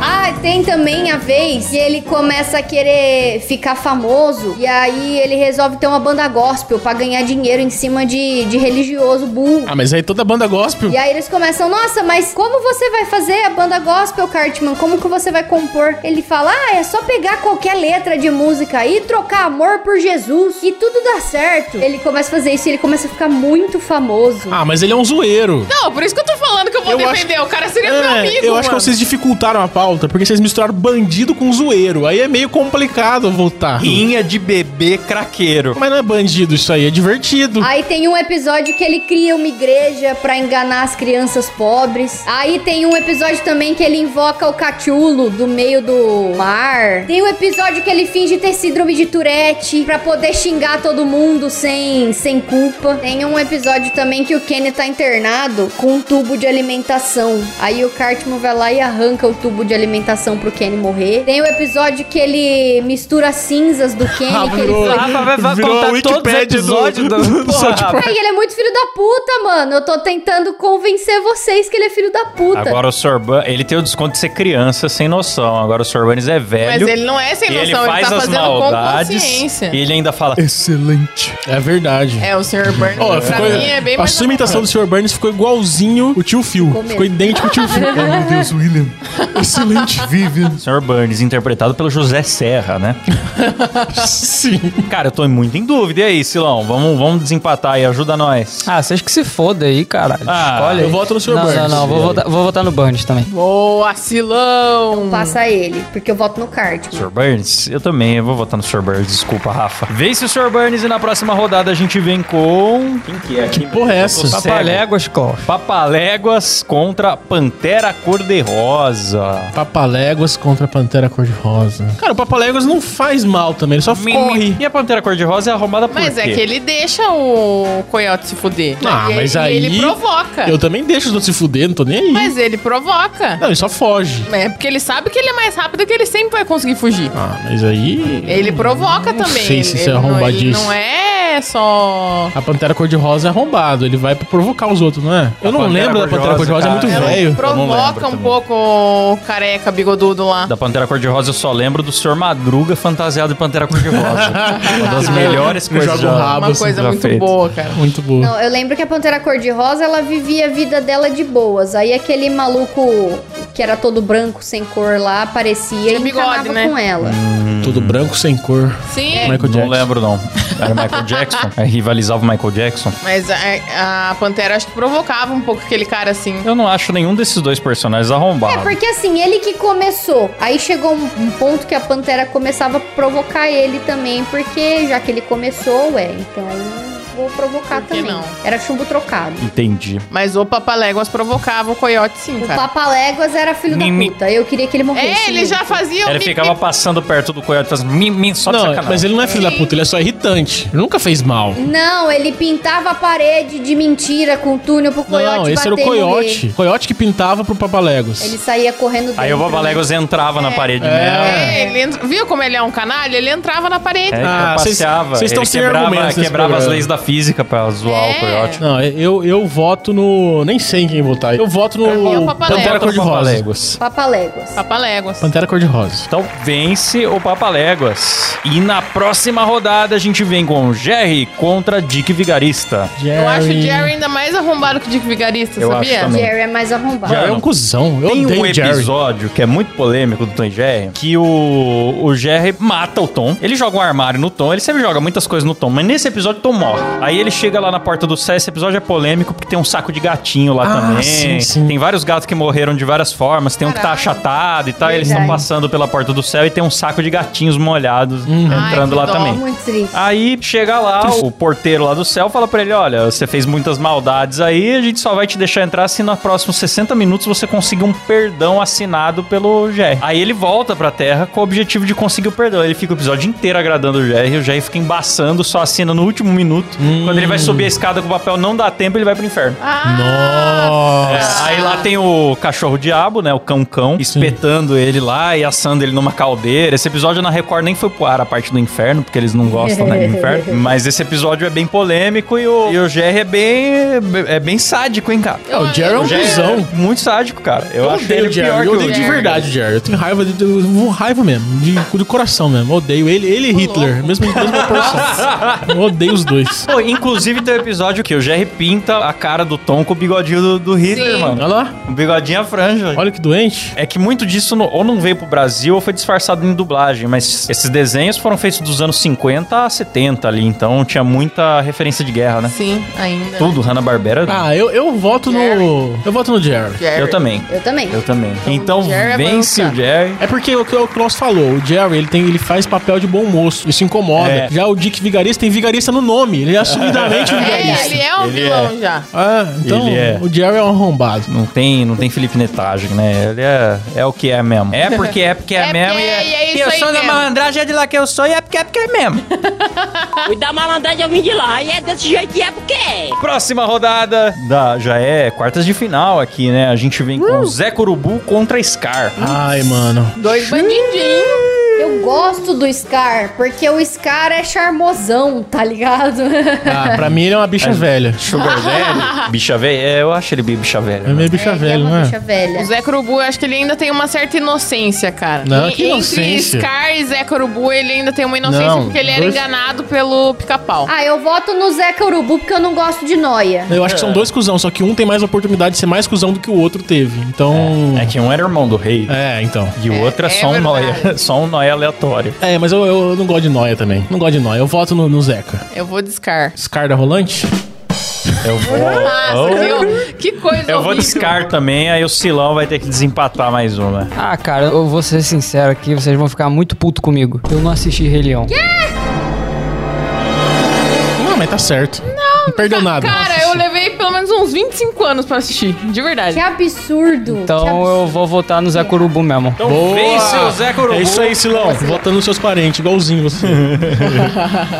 Ah, tem também a vez que ele começa a querer ficar famoso e aí ele resolve ter uma banda gospel pra ganhar dinheiro em cima de, de religioso burro. Ah, mas aí toda banda gospel. E aí eles começam, nossa, mas como você vai fazer a banda gospel, Cartman? Como que você vai compor? Ele fala, ah, é só pegar qualquer letra de música aí e trocar amor por Jesus e tudo dá certo. Ele começa a fazer isso e ele começa a ficar muito famoso. Ah, mas ele é um zoeiro. não, por isso que eu tô falando que eu vou Eu acho- defender. O cara seria meu É, amigo. eu acho que mano. vocês dificultaram a pauta, porque vocês misturaram bandido com zoeiro. Aí é meio complicado voltar. Rinha de bebê craqueiro. Mas não é bandido isso aí, é Ah. divertido. Aí tem um episódio que ele cria uma igreja pra enganar as crianças pobres. Aí tem um episódio também que ele invoca o cachulo do meio do mar. Tem um episódio que ele finge ter síndrome de Tourette pra poder xingar todo mundo sem, sem culpa. Tem um episódio também que o Kenny tá internado com um tubo de alimentação. Aí o Cartman vai lá e arranca o tubo de alimentação pro Kenny morrer. Tem o episódio que ele mistura as cinzas do Kenny que ele foi Rafa vai, vai Virou a contar todos os Wikipédia do- episódios do... do Porra, South Rafa. Ai, ele é muito filho da puta, mano. Eu tô tentando convencer vocês que ele é filho da puta. Agora o Sorban, ele tem o desconto de ser criança sem noção. Agora o Sorbanes é velho. Mas ele não é sem e noção, ele ele, faz tá as fazendo com maldades. consciência. E ele ainda fala. Excelente. É verdade. É, o Sr. Burns Ó, pra ficou- tá mim é bem a mais... sua imitação do Sr. Burns ficou igualzinho o tio tio Phil. Ficou Ficou, mesmo. idêntico ao (laughs) tio Phil. Oh, meu Deus, William. Excelente, Vivian. Sr. Burns, interpretado pelo José Serra, né? (laughs) Sim. Cara, eu tô muito em dúvida. E aí, Silão? Vamos, vamos desempatar aí, ajuda nós. Ah, vocês que se foda aí, caralho. Ah, Escolhe eu aí. voto no Sr. Não, Não, Burns. É. não, vou E aí? votar, vou votar no Burns também. Boa, Silão! Passa ele, porque eu voto no card. Sr. Burns? Eu também, eu vou votar no Sr. Burns, desculpa, Rafa. Vê se o Sr. Burns e na próxima rodada a gente vem com. Quem que é? Que Porra, é essa? Cego. Papaléguas, Cor. Papaléguas contra Pantera Cor-de-Rosa. Papaléguas contra a Pantera Cor-de-Rosa. Cara, o Papaléguas não faz mal também, ele só corre. E a Pantera Cor-de-Rosa é arrombada por Mas quê? é que ele deixa o coiote se fuder. Ah, E- mas e aí- ele provoca. Eu também deixo os outros se fuder, não tô nem aí. Mas ele provoca. Não, ele só foge. É porque ele sabe que ele é mais rápido que ele sempre vai conseguir fugir. Ah, mas aí. Ele provoca não também. sei se ele, isso é não- ele arrombadice. não é só. A Pantera Cor-de-Rosa é arrombado, ele vai pra provocar os outros, não é? Eu não Pantera lembro da Pantera Cor-de-Rosa, Cor-de-Rosa, é muito cara. Ela velho. provoca um também. pouco o careca bigodudo lá. Da Pantera Cor-de-Rosa eu só lembro do Sr. Madruga fantasiado de Pantera (laughs) Cor-de-rosa. Uma das melhores Me joga coisas o já- rabo, Uma assim, coisa já muito feito. boa, cara. Muito boa. Não, eu lembro que a Pantera Cor-de-Rosa, ela vivia a vida dela de boas. Aí aquele maluco que era todo branco, sem cor lá, aparecia Tinha e bigode, encanava né? com ela. Tudo branco sem cor. Sim. Michael Jackson. Não lembro, não. Era Michael Jackson? Aí rivalizava o Michael Jackson? Mas a, a Pantera acho que provocava um pouco aquele cara assim. Eu não acho nenhum desses dois personagens arrombado. É, porque assim, ele que começou. Aí chegou um um ponto que a Pantera começava a provocar ele também, porque já que ele começou, ué, então vou provocar Por que também. não? Era chumbo trocado. Entendi. Mas o Papaléguas provocava o coiote sim, O cara. Papaléguas era filho Mimi. da puta. Eu queria que ele morresse. É, ele mesmo. já fazia o Ele mi- ficava passando perto do coiote fazendo mim, mim, só de Não, sacanagem. mas ele não é filho da puta, ele é só irritante. Ele nunca fez mal. Não, ele pintava a parede de mentira com o túnel pro coiote Não, esse era o bater e coiote. morrer. Coiote que pintava pro Papaléguas. Ele saía correndo dentro, Aí o Babalegos entrava na parede mesmo. É, ele entra- Viu como ele é um canalha? Ele entrava na parede. É, É. ele Ah, vocês- trapaceava. vocês estão Ele sem argumentos quebrava, nesse quebrava as programa. leis da física pra zoar É. o coiote. Não, eu, eu voto no. Nem sei em quem votar. Eu voto no. mim é o Papaléguas. Pantera Cor-de-Rosa. Papaléguas. Papaléguas. Papaléguas. Pantera Cor-de-Rosa. Então vence o Papaléguas. E na próxima rodada a gente vem com Jerry contra Dick Vigarista. Eu acho o Jerry ainda mais arrombado que o Dick Vigarista, Eu acho sabia? também. Jerry é mais arrombado. Jerry É um cuzão. Eu Tem odeio um Jerry. episódio que é muito polêmico do Tom e Jerry, que o, o Jerry mata o Tom. Ele joga um armário no Tom, ele sempre joga muitas coisas no Tom, mas nesse episódio o Tom morre. Aí ele chega lá na porta do céu, esse episódio é polêmico porque tem um saco de gatinho lá Ah, também. sim, sim. Tem vários gatos que morreram de várias formas, tem um que tá Caralho. achatado e tal, e eles estão Verdade. passando pela porta do céu e tem um saco de gatinhos molhados Uhum. entrando Ai, que lá dó. também. Muito triste. Aí chega lá, o porteiro lá do céu fala pra ele: Olha, você fez muitas maldades aí, a gente só vai te deixar entrar se nos próximos 60 minutos você conseguir um perdão assinado pelo Jerry. Aí ele volta pra terra com o objetivo de conseguir o perdão. Ele fica o episódio inteiro agradando o Jerry, o Jerry fica embaçando, só assina no último minuto. Quando ele vai subir a escada com o papel, não dá tempo, ele vai pro inferno. Ah, É, aí lá tem o cachorro diabo, né? O cão-cão, espetando ele lá e assando ele numa caldeira. Esse episódio na Record nem foi pro ar a parte do inferno, porque eles não gostam, né? Do inferno. Mas esse episódio é bem polêmico e o, e o Jerry é bem, é bem sádico, hein, cara? É, o Jerry é um O Jerry cuzão. é muito sádico, cara. É, Eu, Eu achei odeio ele o Jerry. pior eu que odeio o de Jerry. verdade o Jerry. Eu tenho raiva, de, eu vou raiva mesmo. De, de coração mesmo. Eu odeio ele ele e Hitler. Mesmo, mesma porção. Eu odeio os dois. Pô, inclusive tem um episódio que o Jerry pinta a cara do Tom com o bigodinho do, do Hitler, Sim. mano. Olha lá. O bigodinho à franja. Olha que doente. É que muito disso não- ou não veio pro Brasil ou foi disfarçado em dublagem, mas esses desenhos foram feitos dos anos 50 a 70 ali, então tinha muita referência de guerra, né? sim, ainda. Tudo, Hanna-Barbera. Ah, eu, eu voto no. Eu voto no Jerry. Jerry. eu também. Eu também. Eu também. Então Jerry é vence bom, o Jerry. É porque o que o Klaus falou, o Jerry, ele, tem, ele faz papel de bom moço, isso incomoda. É. Já o Dick Vigarista tem vigarista no nome, ele é assumidamente um (laughs) É, vigarista. ele é um Ele vilão já. Ah, então Ele é. o Jerry é um arrombado. Não tem, não tem Felipe Netagem, né? Ele é, é o que é mesmo. É porque é porque é, (laughs) É mesmo. porque é- e é e isso eu aí sou da mesmo. malandragem, é de lá que eu sou e é porque é porque é mesmo. (laughs) Fui da malandragem, eu vim de lá. E é desse jeito e é porque é. Próxima rodada. Da, já é quartas de final aqui, né? A gente vem Uh! com Zé Corubu contra Scar. Ai, mano. Dois bandidinhos. Eu gosto do Scar, porque o Scar é charmosão, tá ligado? Ah, pra mim ele é uma bicha velha. Sugar (laughs) Daddy? Bicha velha? É, eu acho ele bem bicha velha. né? É meio É, ele bicha é velha, uma não é? bicha velha. O Zé Curubu, eu acho que ele ainda tem uma certa inocência, cara. Não, E- que inocência. Entre Scar e Zé Corubu, ele ainda tem uma inocência Não, porque ele era dois- enganado pelo pica-pau. Ah, eu voto no Zeca Urubu porque eu não gosto de noia. Eu acho que são dois cuzão, só que um tem mais oportunidade de ser mais cuzão do que o outro teve. Então. É que um era irmão do rei É, então. e o outro é, é só, um verdade. nóia, (laughs) só um nóia aleatório. É, mas eu, eu não gosto de noia também. Não gosto de noia. Eu voto no, no Zeca. Eu vou descar. Escarda rolante? Eu vou, Nossa, viu? Que coisa eu vou horrível. descar também, aí o Silão vai ter que desempatar mais uma. Ah, cara, eu vou ser sincero aqui, vocês vão ficar muito puto comigo. Eu não assisti Rei Leão. Não, mas tá certo. Não, perdeu nada. Cara, eu levei pelo menos uns 25 anos pra assistir, de verdade. Que absurdo. que Então absurdo. eu vou votar no Zé Corubu mesmo. Então Boa! vence o Zé Corubu. É isso aí, Silão. Votando nos seus parentes, igualzinho você. Uhum.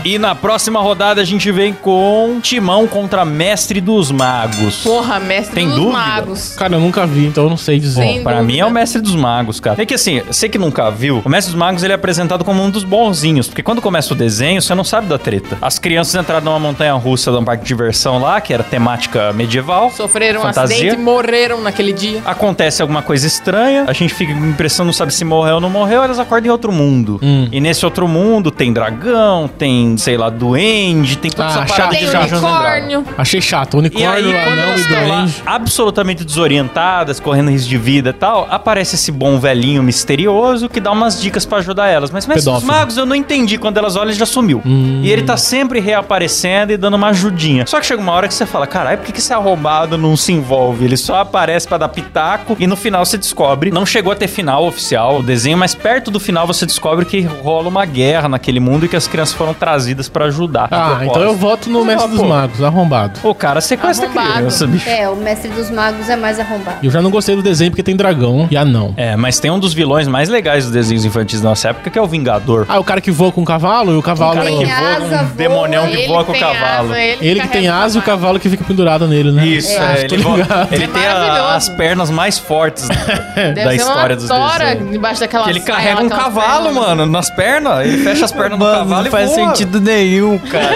E na próxima rodada a gente vem com Timão contra Mestre dos Magos. Porra, mestre Tem dos dúvida? magos. Cara, eu nunca vi, então eu não sei dizer. Sim. Pra dúvida. mim é o Mestre dos Magos, cara. É que assim, você que nunca viu, o Mestre dos Magos ele é apresentado como um dos bonzinhos, porque quando começa o desenho, você não sabe da treta. As crianças entraram numa montanha russa de um parque de diversão lá, que era temática medieval. Sofreram um Fantasia. acidente e morreram naquele dia. Acontece alguma coisa estranha, a gente fica com a impressão, não sabe se morreu ou não morreu, elas acordam em outro mundo. Hum. E nesse outro mundo tem dragão, tem, sei lá, duende, tem toda Ah, essa chato, parada Tem de já- já unicórnio. Achei chato. E aí, Unicórnio, quando anão elas e estão lá, duende. absolutamente desorientadas, correndo risco de vida e tal, aparece esse bom velhinho misterioso que dá umas dicas pra ajudar elas. Mas, mas os Pedófilo. Hum. magos eu não entendi. Quando elas olham, ele já sumiu. E ele tá sempre reaparecendo e dando uma ajudinha. Só que chega uma hora que você fala, caralho, por que, que esse arrombado não se envolve? Ele só aparece pra dar pitaco e no final você descobre. Não chegou a ter final oficial o desenho, mas perto do final você descobre que rola uma guerra naquele mundo e que as crianças foram trazidas pra ajudar. A Ah, propósito. então eu voto no Você Mestre fala, dos pô, Magos, arrombado. O cara sequestra Arrombado. criança, bicho. É, o mestre dos magos é mais arrombado. Eu já não gostei do desenho porque tem dragão e anão. É, mas tem um dos vilões mais legais dos desenhos infantis da nossa época, que é o Vingador. Ah, o cara que voa com o cavalo e o cavalo. cara que Tem voa um asa, voa, demonião ele que voa com o cavalo. Ele que tem asa e o cavalo que fica pendurado nele, né? Isso, Ah, é, tô ele, voa, ligado. ele É tem a- maravilhoso. as pernas mais (laughs) fortes da Deve ser uma história dos tora desenhos. debaixo daquela Que ele saia, carrega um aquelas cavalo, pernas. mano, nas pernas. Ele fecha as pernas do cavalo não e faz voa. sentido nenhum, (laughs) cara.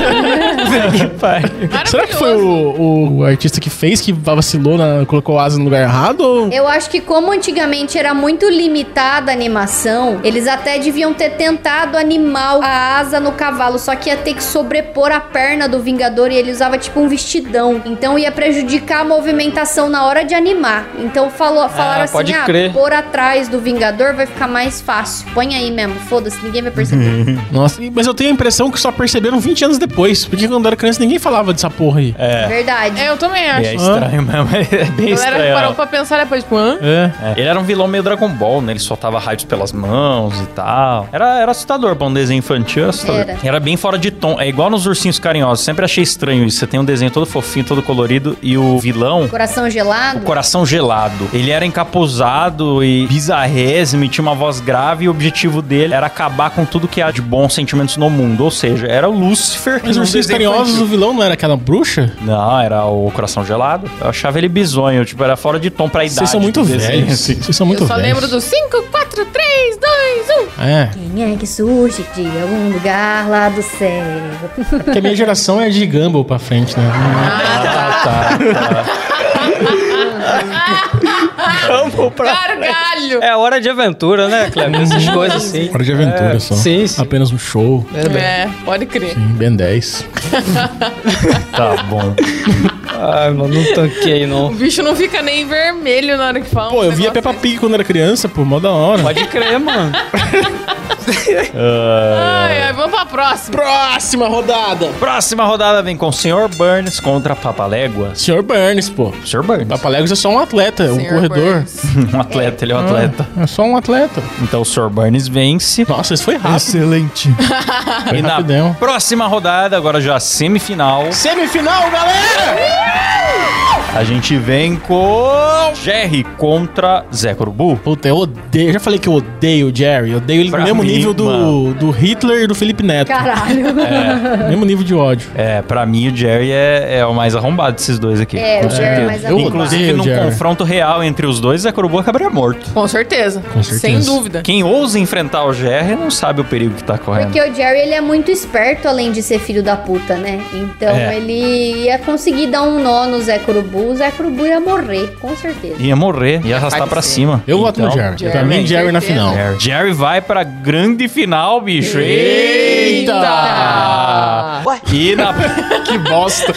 Será que foi Maravilhoso. o, o artista que fez que vacilou, na, colocou asa no lugar errado? Ou... Eu acho que como antigamente era muito limitada a animação, eles até deviam ter tentado animar a asa no cavalo, só que ia ter que sobrepor a perna do Vingador e ele usava tipo um vestidão. Então ia prejudicar a movimentação na hora de animar. Então falou, falaram assim, pode ah, crer. por atrás do Vingador vai ficar mais fácil. Põe aí mesmo, foda-se, ninguém vai perceber. Nossa, e- mas eu tenho a impressão que só perceberam 20 anos depois. Porque quando eu era criança ninguém falava dessa porra aí. É. Verdade. É, eu também E acho. é estranho mesmo, é bem A galera estranho. parou pra pensar depois, tipo, hã? É. Ele era um vilão meio Dragon Ball, né? Ele soltava raios pelas mãos e tal. Era, era assustador pra um desenho infantil. Era, assustador. Era. era bem fora de tom. É igual nos ursinhos carinhosos. Sempre achei estranho isso. Você tem um desenho todo fofinho, todo colorido e o vilão. Coração O gelado. coração gelado. Ele era encapuzado e bizarrésimo e tinha uma voz grave e o objetivo dele era acabar com tudo que há de bons sentimentos no mundo. Ou seja, era o Lúcifer. Mas num os Ursinhos desenho Carinhosos, o infantil. vilão não era aquela bruxa? Não, era o coração gelado. Eu achava ele bizonho. Tipo, era fora de tom pra idade. Vocês são muito do desenho, (laughs) velhos. assim. Vocês são muito eu só velhos. lembro do 5, 4, 3, 2, 1. É, Quem é que surge de algum lugar lá do céu? porque a minha geração é de Gumball pra frente, né? Ah, tá, Vamos pra... Gargalho! É hora de aventura, né, Cleber? Essas coisas assim. Hora de aventura só. sim, sim. Apenas um show. É, pode crer. Sim, Ben 10. Tá bom. Ai, mano, não tanquei, não. O bicho não fica nem vermelho na hora que fala. Pô, um eu via negócio Peppa desse. Pig quando era criança, pô, mó da hora. Pode crer, mano. Ai, ai, vamos pra próxima. Próxima rodada. Próxima rodada vem com o Sr. Burns contra Papaléguas. Senhor Burns, pô. Sr. Burns. Papalegos é só um atleta, um Senhor corredor. Burns. (laughs) Um atleta, ele é um atleta. É só um atleta. Então o Sr. Burns vence. Nossa, isso foi rápido. Excelente. Foi E na rapidão. próxima rodada, agora já semifinal, Semifinal, galera! a gente vem com Jerry contra Zé Corubu. Puta, eu odeio. Eu já falei que eu odeio o Jerry. Eu odeio ele no Pra mesmo mim, nível do, mano. do Hitler e do Felipe Neto. Caralho. Mesmo nível de ódio. É, pra mim o Jerry é, é o mais arrombado desses dois aqui. É, com o Jerry é certeza. mais arrombado. Inclusive, Eu num odeio o Jerry. confronto real entre os dois, Zé Corubu acabaria morto. Com certeza. Com certeza. Sem dúvida. Quem ousa enfrentar o Jerry não sabe o perigo que tá correndo. Porque o Jerry, ele é muito esperto, além de ser filho da puta, né? Então, É. ele ia conseguir dar um nó no Zé Curubu o Zé Curubu ia morrer, com certeza. Ia morrer, ia arrastar pra ser. cima. Eu voto no Então, Jerry. Jerry, pra mim, Jerry na certeza. final. (laughs) Jerry. Jerry vai pra grande final, bicho. Eita! E na. Que bosta.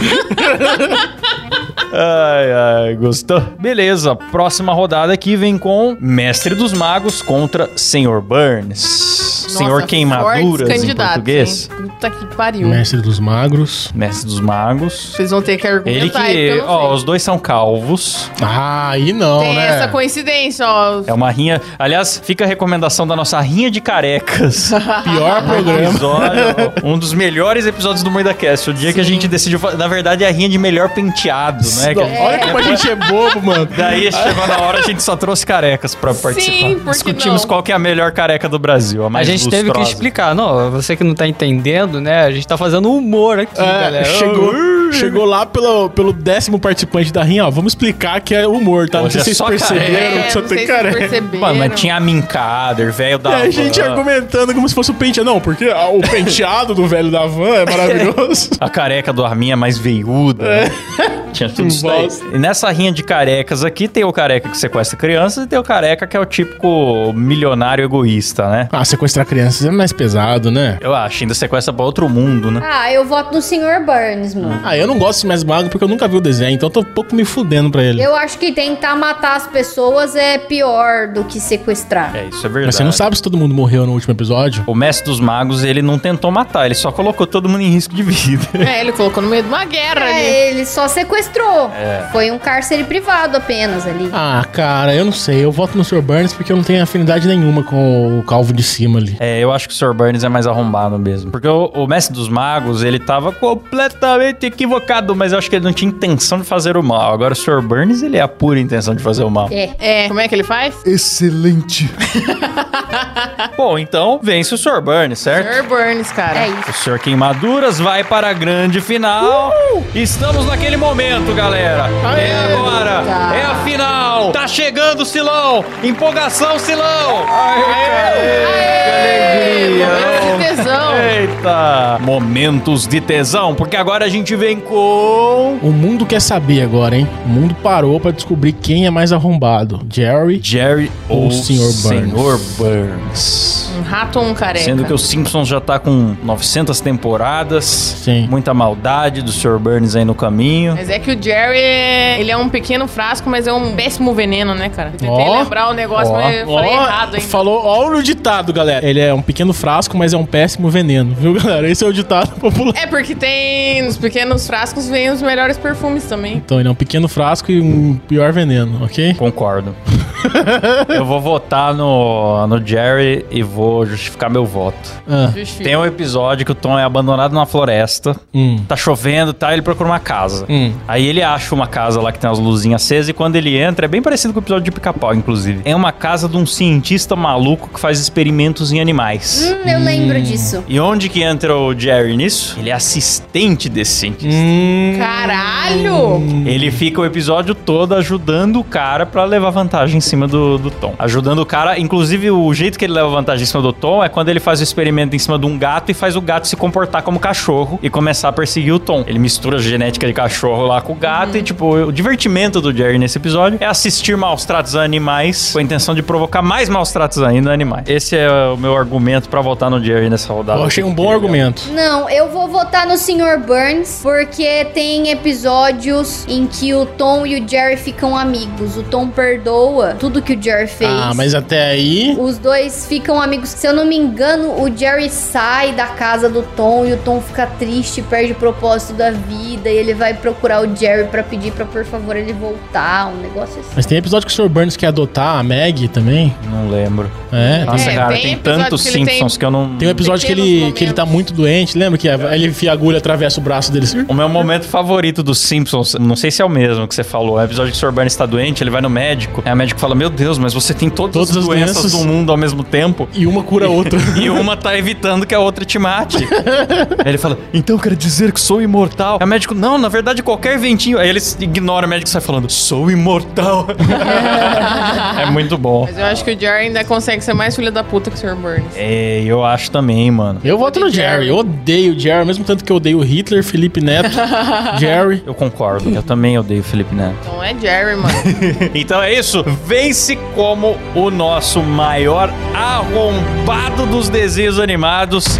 Ai, ai, gostou? Beleza, próxima rodada aqui vem com Mestre dos Magos contra Senhor Burns. Senhor Nossa, Queimaduras fortes em candidatos, português. hein? Puta que pariu. Mestre dos magros. Mestre dos Magos. Vocês vão ter que argumentar Ele aí, porque que. eu então, não Ó, sei. os dois são calvos. Ah, aí não, Tem né? essa coincidência, ó. É uma rinha. Aliás, fica a recomendação da nossa rinha de (laughs) carecas. Pior programa. Episódio, um dos melhores episódios do Moida Cast. O dia que a gente decidiu. fa- Na verdade, é a rinha de melhor penteado, né? Que a gente- Olha como a gente é bobo, mano. É, Daí chegou na hora, a gente só trouxe carecas pra participar. por que Discutimos não? qual que é a melhor careca do Brasil, a A mais gente teve que lustrosa. explicar. Não, você que não tá entendendo, né? A gente tá fazendo humor aqui, assim, É, galera. uh. chegou, chegou lá pelo, pelo décimo participante da rinha, ó. Vamos explicar que é humor, tá? Não Hoje sei é se vocês só perceberam careca. que É, só não sei tem se (laughs) careca. perceberam. Mano, mas tinha a Mincader, velho E da... É, a gente van. argumentando como se fosse o penteado. Não, porque a- o penteado do velho da van é maravilhoso. A careca do Armin é mais veiuda. né? Tinha tudo isso daí. É. Bosta. E nessa rinha de carecas aqui, tem o careca que sequestra crianças e tem o careca que é o típico milionário egoísta, né? (laughs) Ah, sequestrar crianças é mais pesado, né? Eu acho, ainda sequestra pra outro mundo, né? Ah, eu voto no Sr. Burns, mano. Ah, eu não gosto de mais magro porque eu nunca vi o desenho, então eu tô um pouco me fudendo pra ele. Eu acho que tentar matar as pessoas é pior do que sequestrar. É, isso é verdade. Mas você não sabe se todo mundo morreu no último episódio? O mestre dos magos, ele não tentou matar, ele só colocou todo mundo em risco de vida. (laughs) É, ele colocou no meio de uma guerra ali. É, ele só sequestrou. Foi um cárcere privado apenas ali. Ah, cara, eu não sei. Eu voto no Sr. Burns porque eu não tenho afinidade nenhuma com o calvo de cima ali. É, eu acho que o Sr. Burns é mais arrombado mesmo. Porque o, o Mestre dos Magos, ele tava completamente equivocado, mas eu acho que ele não tinha intenção de fazer o mal. Agora o Sr. Burns, ele é a pura intenção de fazer o mal. É. É. Como é que ele faz? (laughs) Bom, então vence o Sr. Burns, certo? Sir Burns, cara. É isso. O Sr. Queimaduras vai para a grande final. Estamos naquele momento, galera. É agora. É a final. Tá chegando, Silão. Empolgação, Silão. Ai, Aê, momentos de tesão. Eita! Momentos de tesão, porque agora a gente vem com. O mundo quer saber agora, hein? O mundo parou pra descobrir quem é mais arrombado. Jerry. Jerry ou ou Sr. Burns. Senhor Burns. Um rato ou um careca? Sendo que o Simpsons já tá com 900 temporadas. Sim. Muita maldade do Sr. Burns aí no caminho. Mas é que o Jerry, ele é um pequeno frasco, mas é um péssimo veneno, né, cara? Eu tentei Ó. lembrar o negócio, mas eu falei errado, hein? falou, olha o ditado, galera. Ele é um pequeno frasco, mas é um péssimo veneno, viu, (laughs) galera? Esse é o ditado (laughs) popular. É porque tem nos pequenos frascos vem os melhores perfumes também. Então, ele é um pequeno frasco e um pior veneno, ok? Concordo. (laughs) Eu vou votar no, no Jerry e vou justificar meu voto. Ah, Tem um episódio que o Tom é abandonado na floresta. hum. Tá chovendo, tá? Ele procura uma casa. Hum. Aí ele acha uma casa lá que tem as luzinhas acesas e quando ele entra, é bem parecido com o episódio de pica-pau, inclusive. É uma casa de um cientista maluco que faz experimentos em animais. Hum, eu lembro disso. E onde que entra o Jerry nisso? Ele é assistente desse cientista. hum. um- (laughs) Caralho! Ele fica o episódio todo ajudando o cara pra levar vantagem em cima do, do Tom. Ajudando o cara, inclusive o jeito que ele leva vantagem em cima do Tom é quando ele faz o experimento em cima de um gato e faz o gato se comportar como cachorro e começar a perseguir o Tom. Ele mistura a genética de cachorro lá com o gato Uhum. e, tipo, o divertimento do Jerry nesse episódio é assistir maus tratos a animais com a intenção de provocar mais maus tratos ainda a animais. Esse é o meu argumento pra votar no Jerry nessa rodada. Eu achei um bom argumento. Não, eu vou votar no Sr. Burns porque tem episódios em que o Tom e o Jerry ficam amigos. O Tom perdoa tudo que o Jerry fez. Ah, mas até aí. Os dois ficam amigos. Se eu não me engano, o Jerry sai da casa do Tom e o Tom fica triste, perde o propósito da vida e ele vai procurar o Jerry pra pedir pra por favor ele voltar, um negócio assim. Mas tem episódio que o Sr. Burns quer adotar a Maggie também. Não lembro. É. Nossa, É, cara, tem tem, episódio tantos que ele tem- Simpsons que eu não... Tem um episódio que ele, Pequenos que ele tá momentos. muito doente, lembra? Que a- ele enfia a agulha, atravessa o braço dele. assim. O meu momento favorito dos Simpsons, não sei se é o mesmo que você falou, é o episódio que o Sr. Burns está doente, ele vai no médico, aí o médico fala, meu Deus, mas você tem todas, Todas as as doenças, doenças. do mundo ao mesmo tempo. E uma cura (laughs) a outra. E uma tá evitando que a outra te (laughs) mate. Aí ele fala, então quer dizer que sou imortal. Aí o médico, não, na verdade qualquer ventinho. Aí ele ignora o médico e sai falando, sou imortal. (laughs) é muito bom. Mas eu acho que o Jerry ainda consegue ser mais filho da puta que o Sr. Burns. É, eu acho também, mano. Eu voto no Jerry. Eu odeio o Jerry, mesmo tanto que eu odeio o Hitler, Felipe (laughs) Neto, Jerry. Eu concordo. Eu também odeio o Felipe Neto. Não é Jerry, (laughs) mano. Então é isso. Vence como o nosso maior arrombado dos desenhos animados.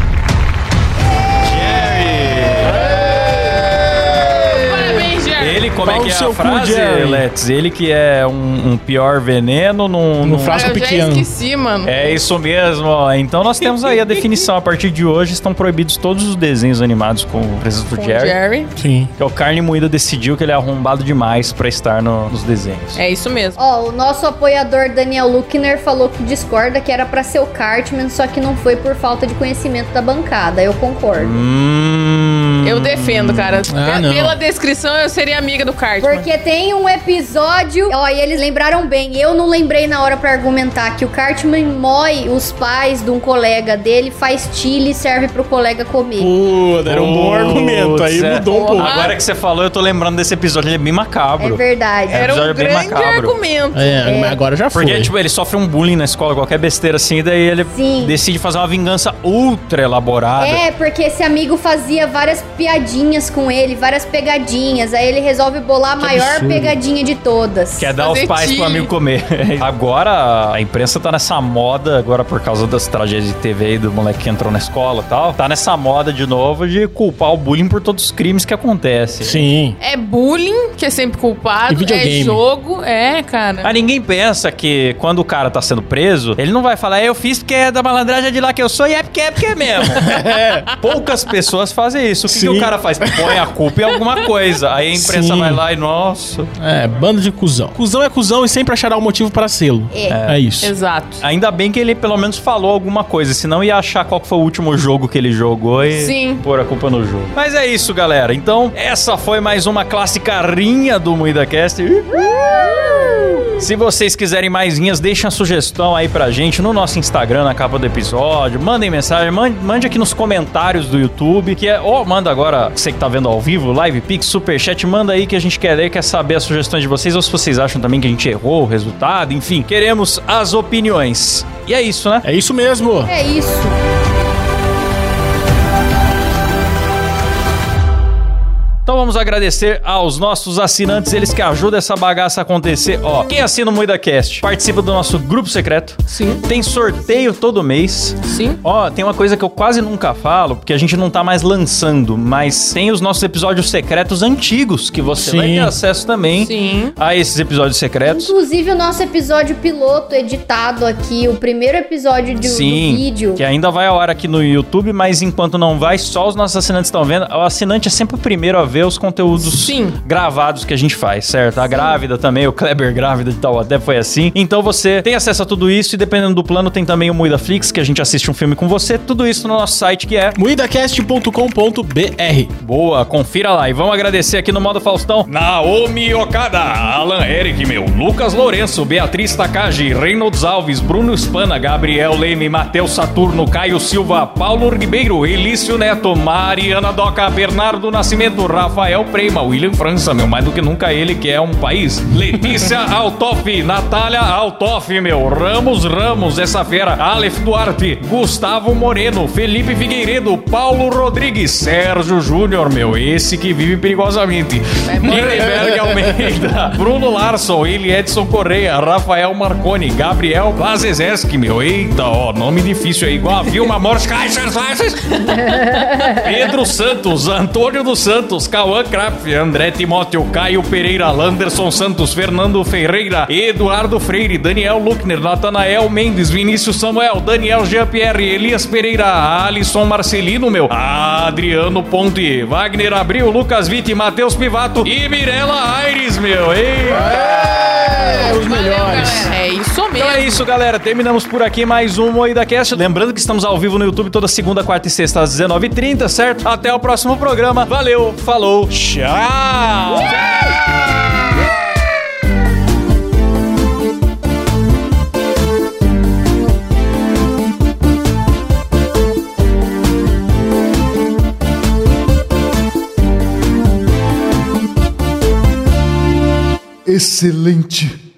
Parabéns, Jerry. Ele, como é Pau que é no a seu cu, frase, Jerry. Let's? Ele que é um, um pior veneno num... No num- frasco eu já pequeno. esqueci, mano. É isso mesmo. Então nós temos aí a definição. A partir de hoje estão proibidos todos os desenhos animados com o presunto Com o É, Jerry. Jerry. Sim. Que é o Carne Moída decidiu que ele é arrombado demais pra estar no- nos desenhos. É isso mesmo. Ó, o nosso apoiador Daniel Luckner falou que discorda que era pra ser o Cartman, só que não foi por falta de conhecimento da bancada. Eu concordo. Hum... Eu defendo, cara. Ah, Pe- não. Pela descrição, eu seria amiga do Cartman. Porque tem um episódio. Ó, e eles lembraram bem. Eu não lembrei na hora pra argumentar que o Cartman mói os pais de um colega dele, faz chile e serve pro colega comer. Puta, era um bom Putz, argumento. Aí é. mudou um pouco. Agora que você falou, eu tô lembrando desse episódio, ele é bem É macabro. verdade. É. Era episódio um bem grande macabro. argumento. É, mas agora já foi. Porque, tipo, ele sofre um bullying na escola, qualquer besteira assim, daí ele Sim. decide fazer uma vingança ultra elaborada. É, porque esse amigo fazia várias piadinhas com ele, várias pegadinhas. Aí ele resolve bolar a maior absurdo. pegadinha de todas. Que é dar os Fazer pais pro time. amigo comer. (laughs) agora a imprensa tá nessa moda, agora por causa das tragédias de TV e do moleque que entrou na escola e tal, tá nessa moda de novo de culpar o bullying por todos os crimes que acontecem. (laughs) Sim. É bullying, que é sempre E culpado. videogame. É jogo. É, cara. Mas ninguém pensa que quando o cara tá sendo preso, ele não vai falar, "É, eu fiz porque é da malandragem de lá que eu sou e é porque é porque é (laughs) mesmo. É. Poucas pessoas fazem isso. O que, que Sim. o cara faz? Põe a culpa em alguma coisa. Aí a imprensa Sim. vai lá e, nossa. É, bando de cuzão. Cusão é cuzão e sempre achará um motivo para sê-lo. É. isso. Exato. Ainda bem que ele pelo menos falou alguma coisa, senão ia achar qual que foi o último jogo que ele jogou e Sim. pôr a culpa no jogo. Mas é isso, galera. Então, essa foi mais uma clássica rinha do MuidaCast. Se vocês quiserem mais linhas, deixem a sugestão aí pra gente no nosso Instagram, na capa do episódio. Mandem mensagem, man- mande aqui nos comentários do YouTube, que é. Ou manda agora, você que tá vendo ao vivo, Live Pix, Superchat, manda aí que a gente quer ler, quer saber as sugestões de vocês, ou se vocês acham também que a gente errou o resultado, enfim, queremos as opiniões. E é isso, né? É isso mesmo. É isso. Então vamos agradecer aos nossos assinantes, eles que ajudam essa bagaça a acontecer. Ó, quem assina o MuidaCast participa do nosso grupo secreto. Sim, Tem sorteio todo mês. sim. Ó, tem uma coisa que eu quase nunca falo, porque a gente não tá mais lançando, mas tem os nossos episódios secretos antigos, que você vai Sim. ter acesso também Sim. a esses episódios secretos. Inclusive o nosso episódio piloto editado aqui, o primeiro episódio de, Sim, do vídeo. que ainda vai a hora aqui no YouTube, mas enquanto não vai, só os nossos assinantes estão vendo. O assinante é sempre o primeiro a ver os conteúdos Sim. gravados que a gente faz, certo? A grávida também, o Kleber grávida e tal, até foi assim. Então você tem acesso a tudo isso e dependendo do plano tem também o Muidaflix, que a gente assiste um filme com você. Tudo isso no nosso site que é Muidacast.com.br. Boa, confira lá. E vamos agradecer aqui no modo Faustão. Naomi Okada, Alan Eric, meu, Lucas Lourenço, Beatriz Takagi, Reynolds Alves, Bruno Spana, Gabriel Leme, Matheus Saturno, Caio Silva, Paulo Ribeiro, Elício Neto, Mariana Doca, Bernardo Nascimento, Rafael Prema, William França, meu, mais do que nunca ele que é um país. Letícia (laughs) Altoff, Natália Altoff, meu, Ramos Ramos, essa fera, Aleph Duarte, Gustavo Moreno, Felipe Figueiredo, Paulo Rodrigues, Sérgio Júnior, meu, esse que vive perigosamente. Lindenberg Almeida, Bruno Larson, ele Edson Correia, Rafael Marconi, Gabriel Blazezeski, meu, eita, ó, nome difícil aí, igual a Vilma Morris, Pedro Santos, Antônio dos Santos, Cauã Kraft, André Timóteo, Caio Pereira, Landerson Santos, Fernando Ferreira, Eduardo Freire, Daniel Luckner, Natanael Mendes, Vinícius Samuel, Daniel Jean-Pierre, Elias Pereira, Alisson Marcelino, meu, Adriano Ponte, Wagner Abril, Lucas Vitti, Matheus Pivato e Mirela Aires, meu. Ei! É, os melhores. Valeu, galera. É isso mesmo. Então é isso, galera. Terminamos por aqui mais um Moída Cast. Lembrando que estamos ao vivo no YouTube toda segunda, quarta e sexta às 19h30, certo? Até o próximo programa. Valeu, falou, tchau! Excelente.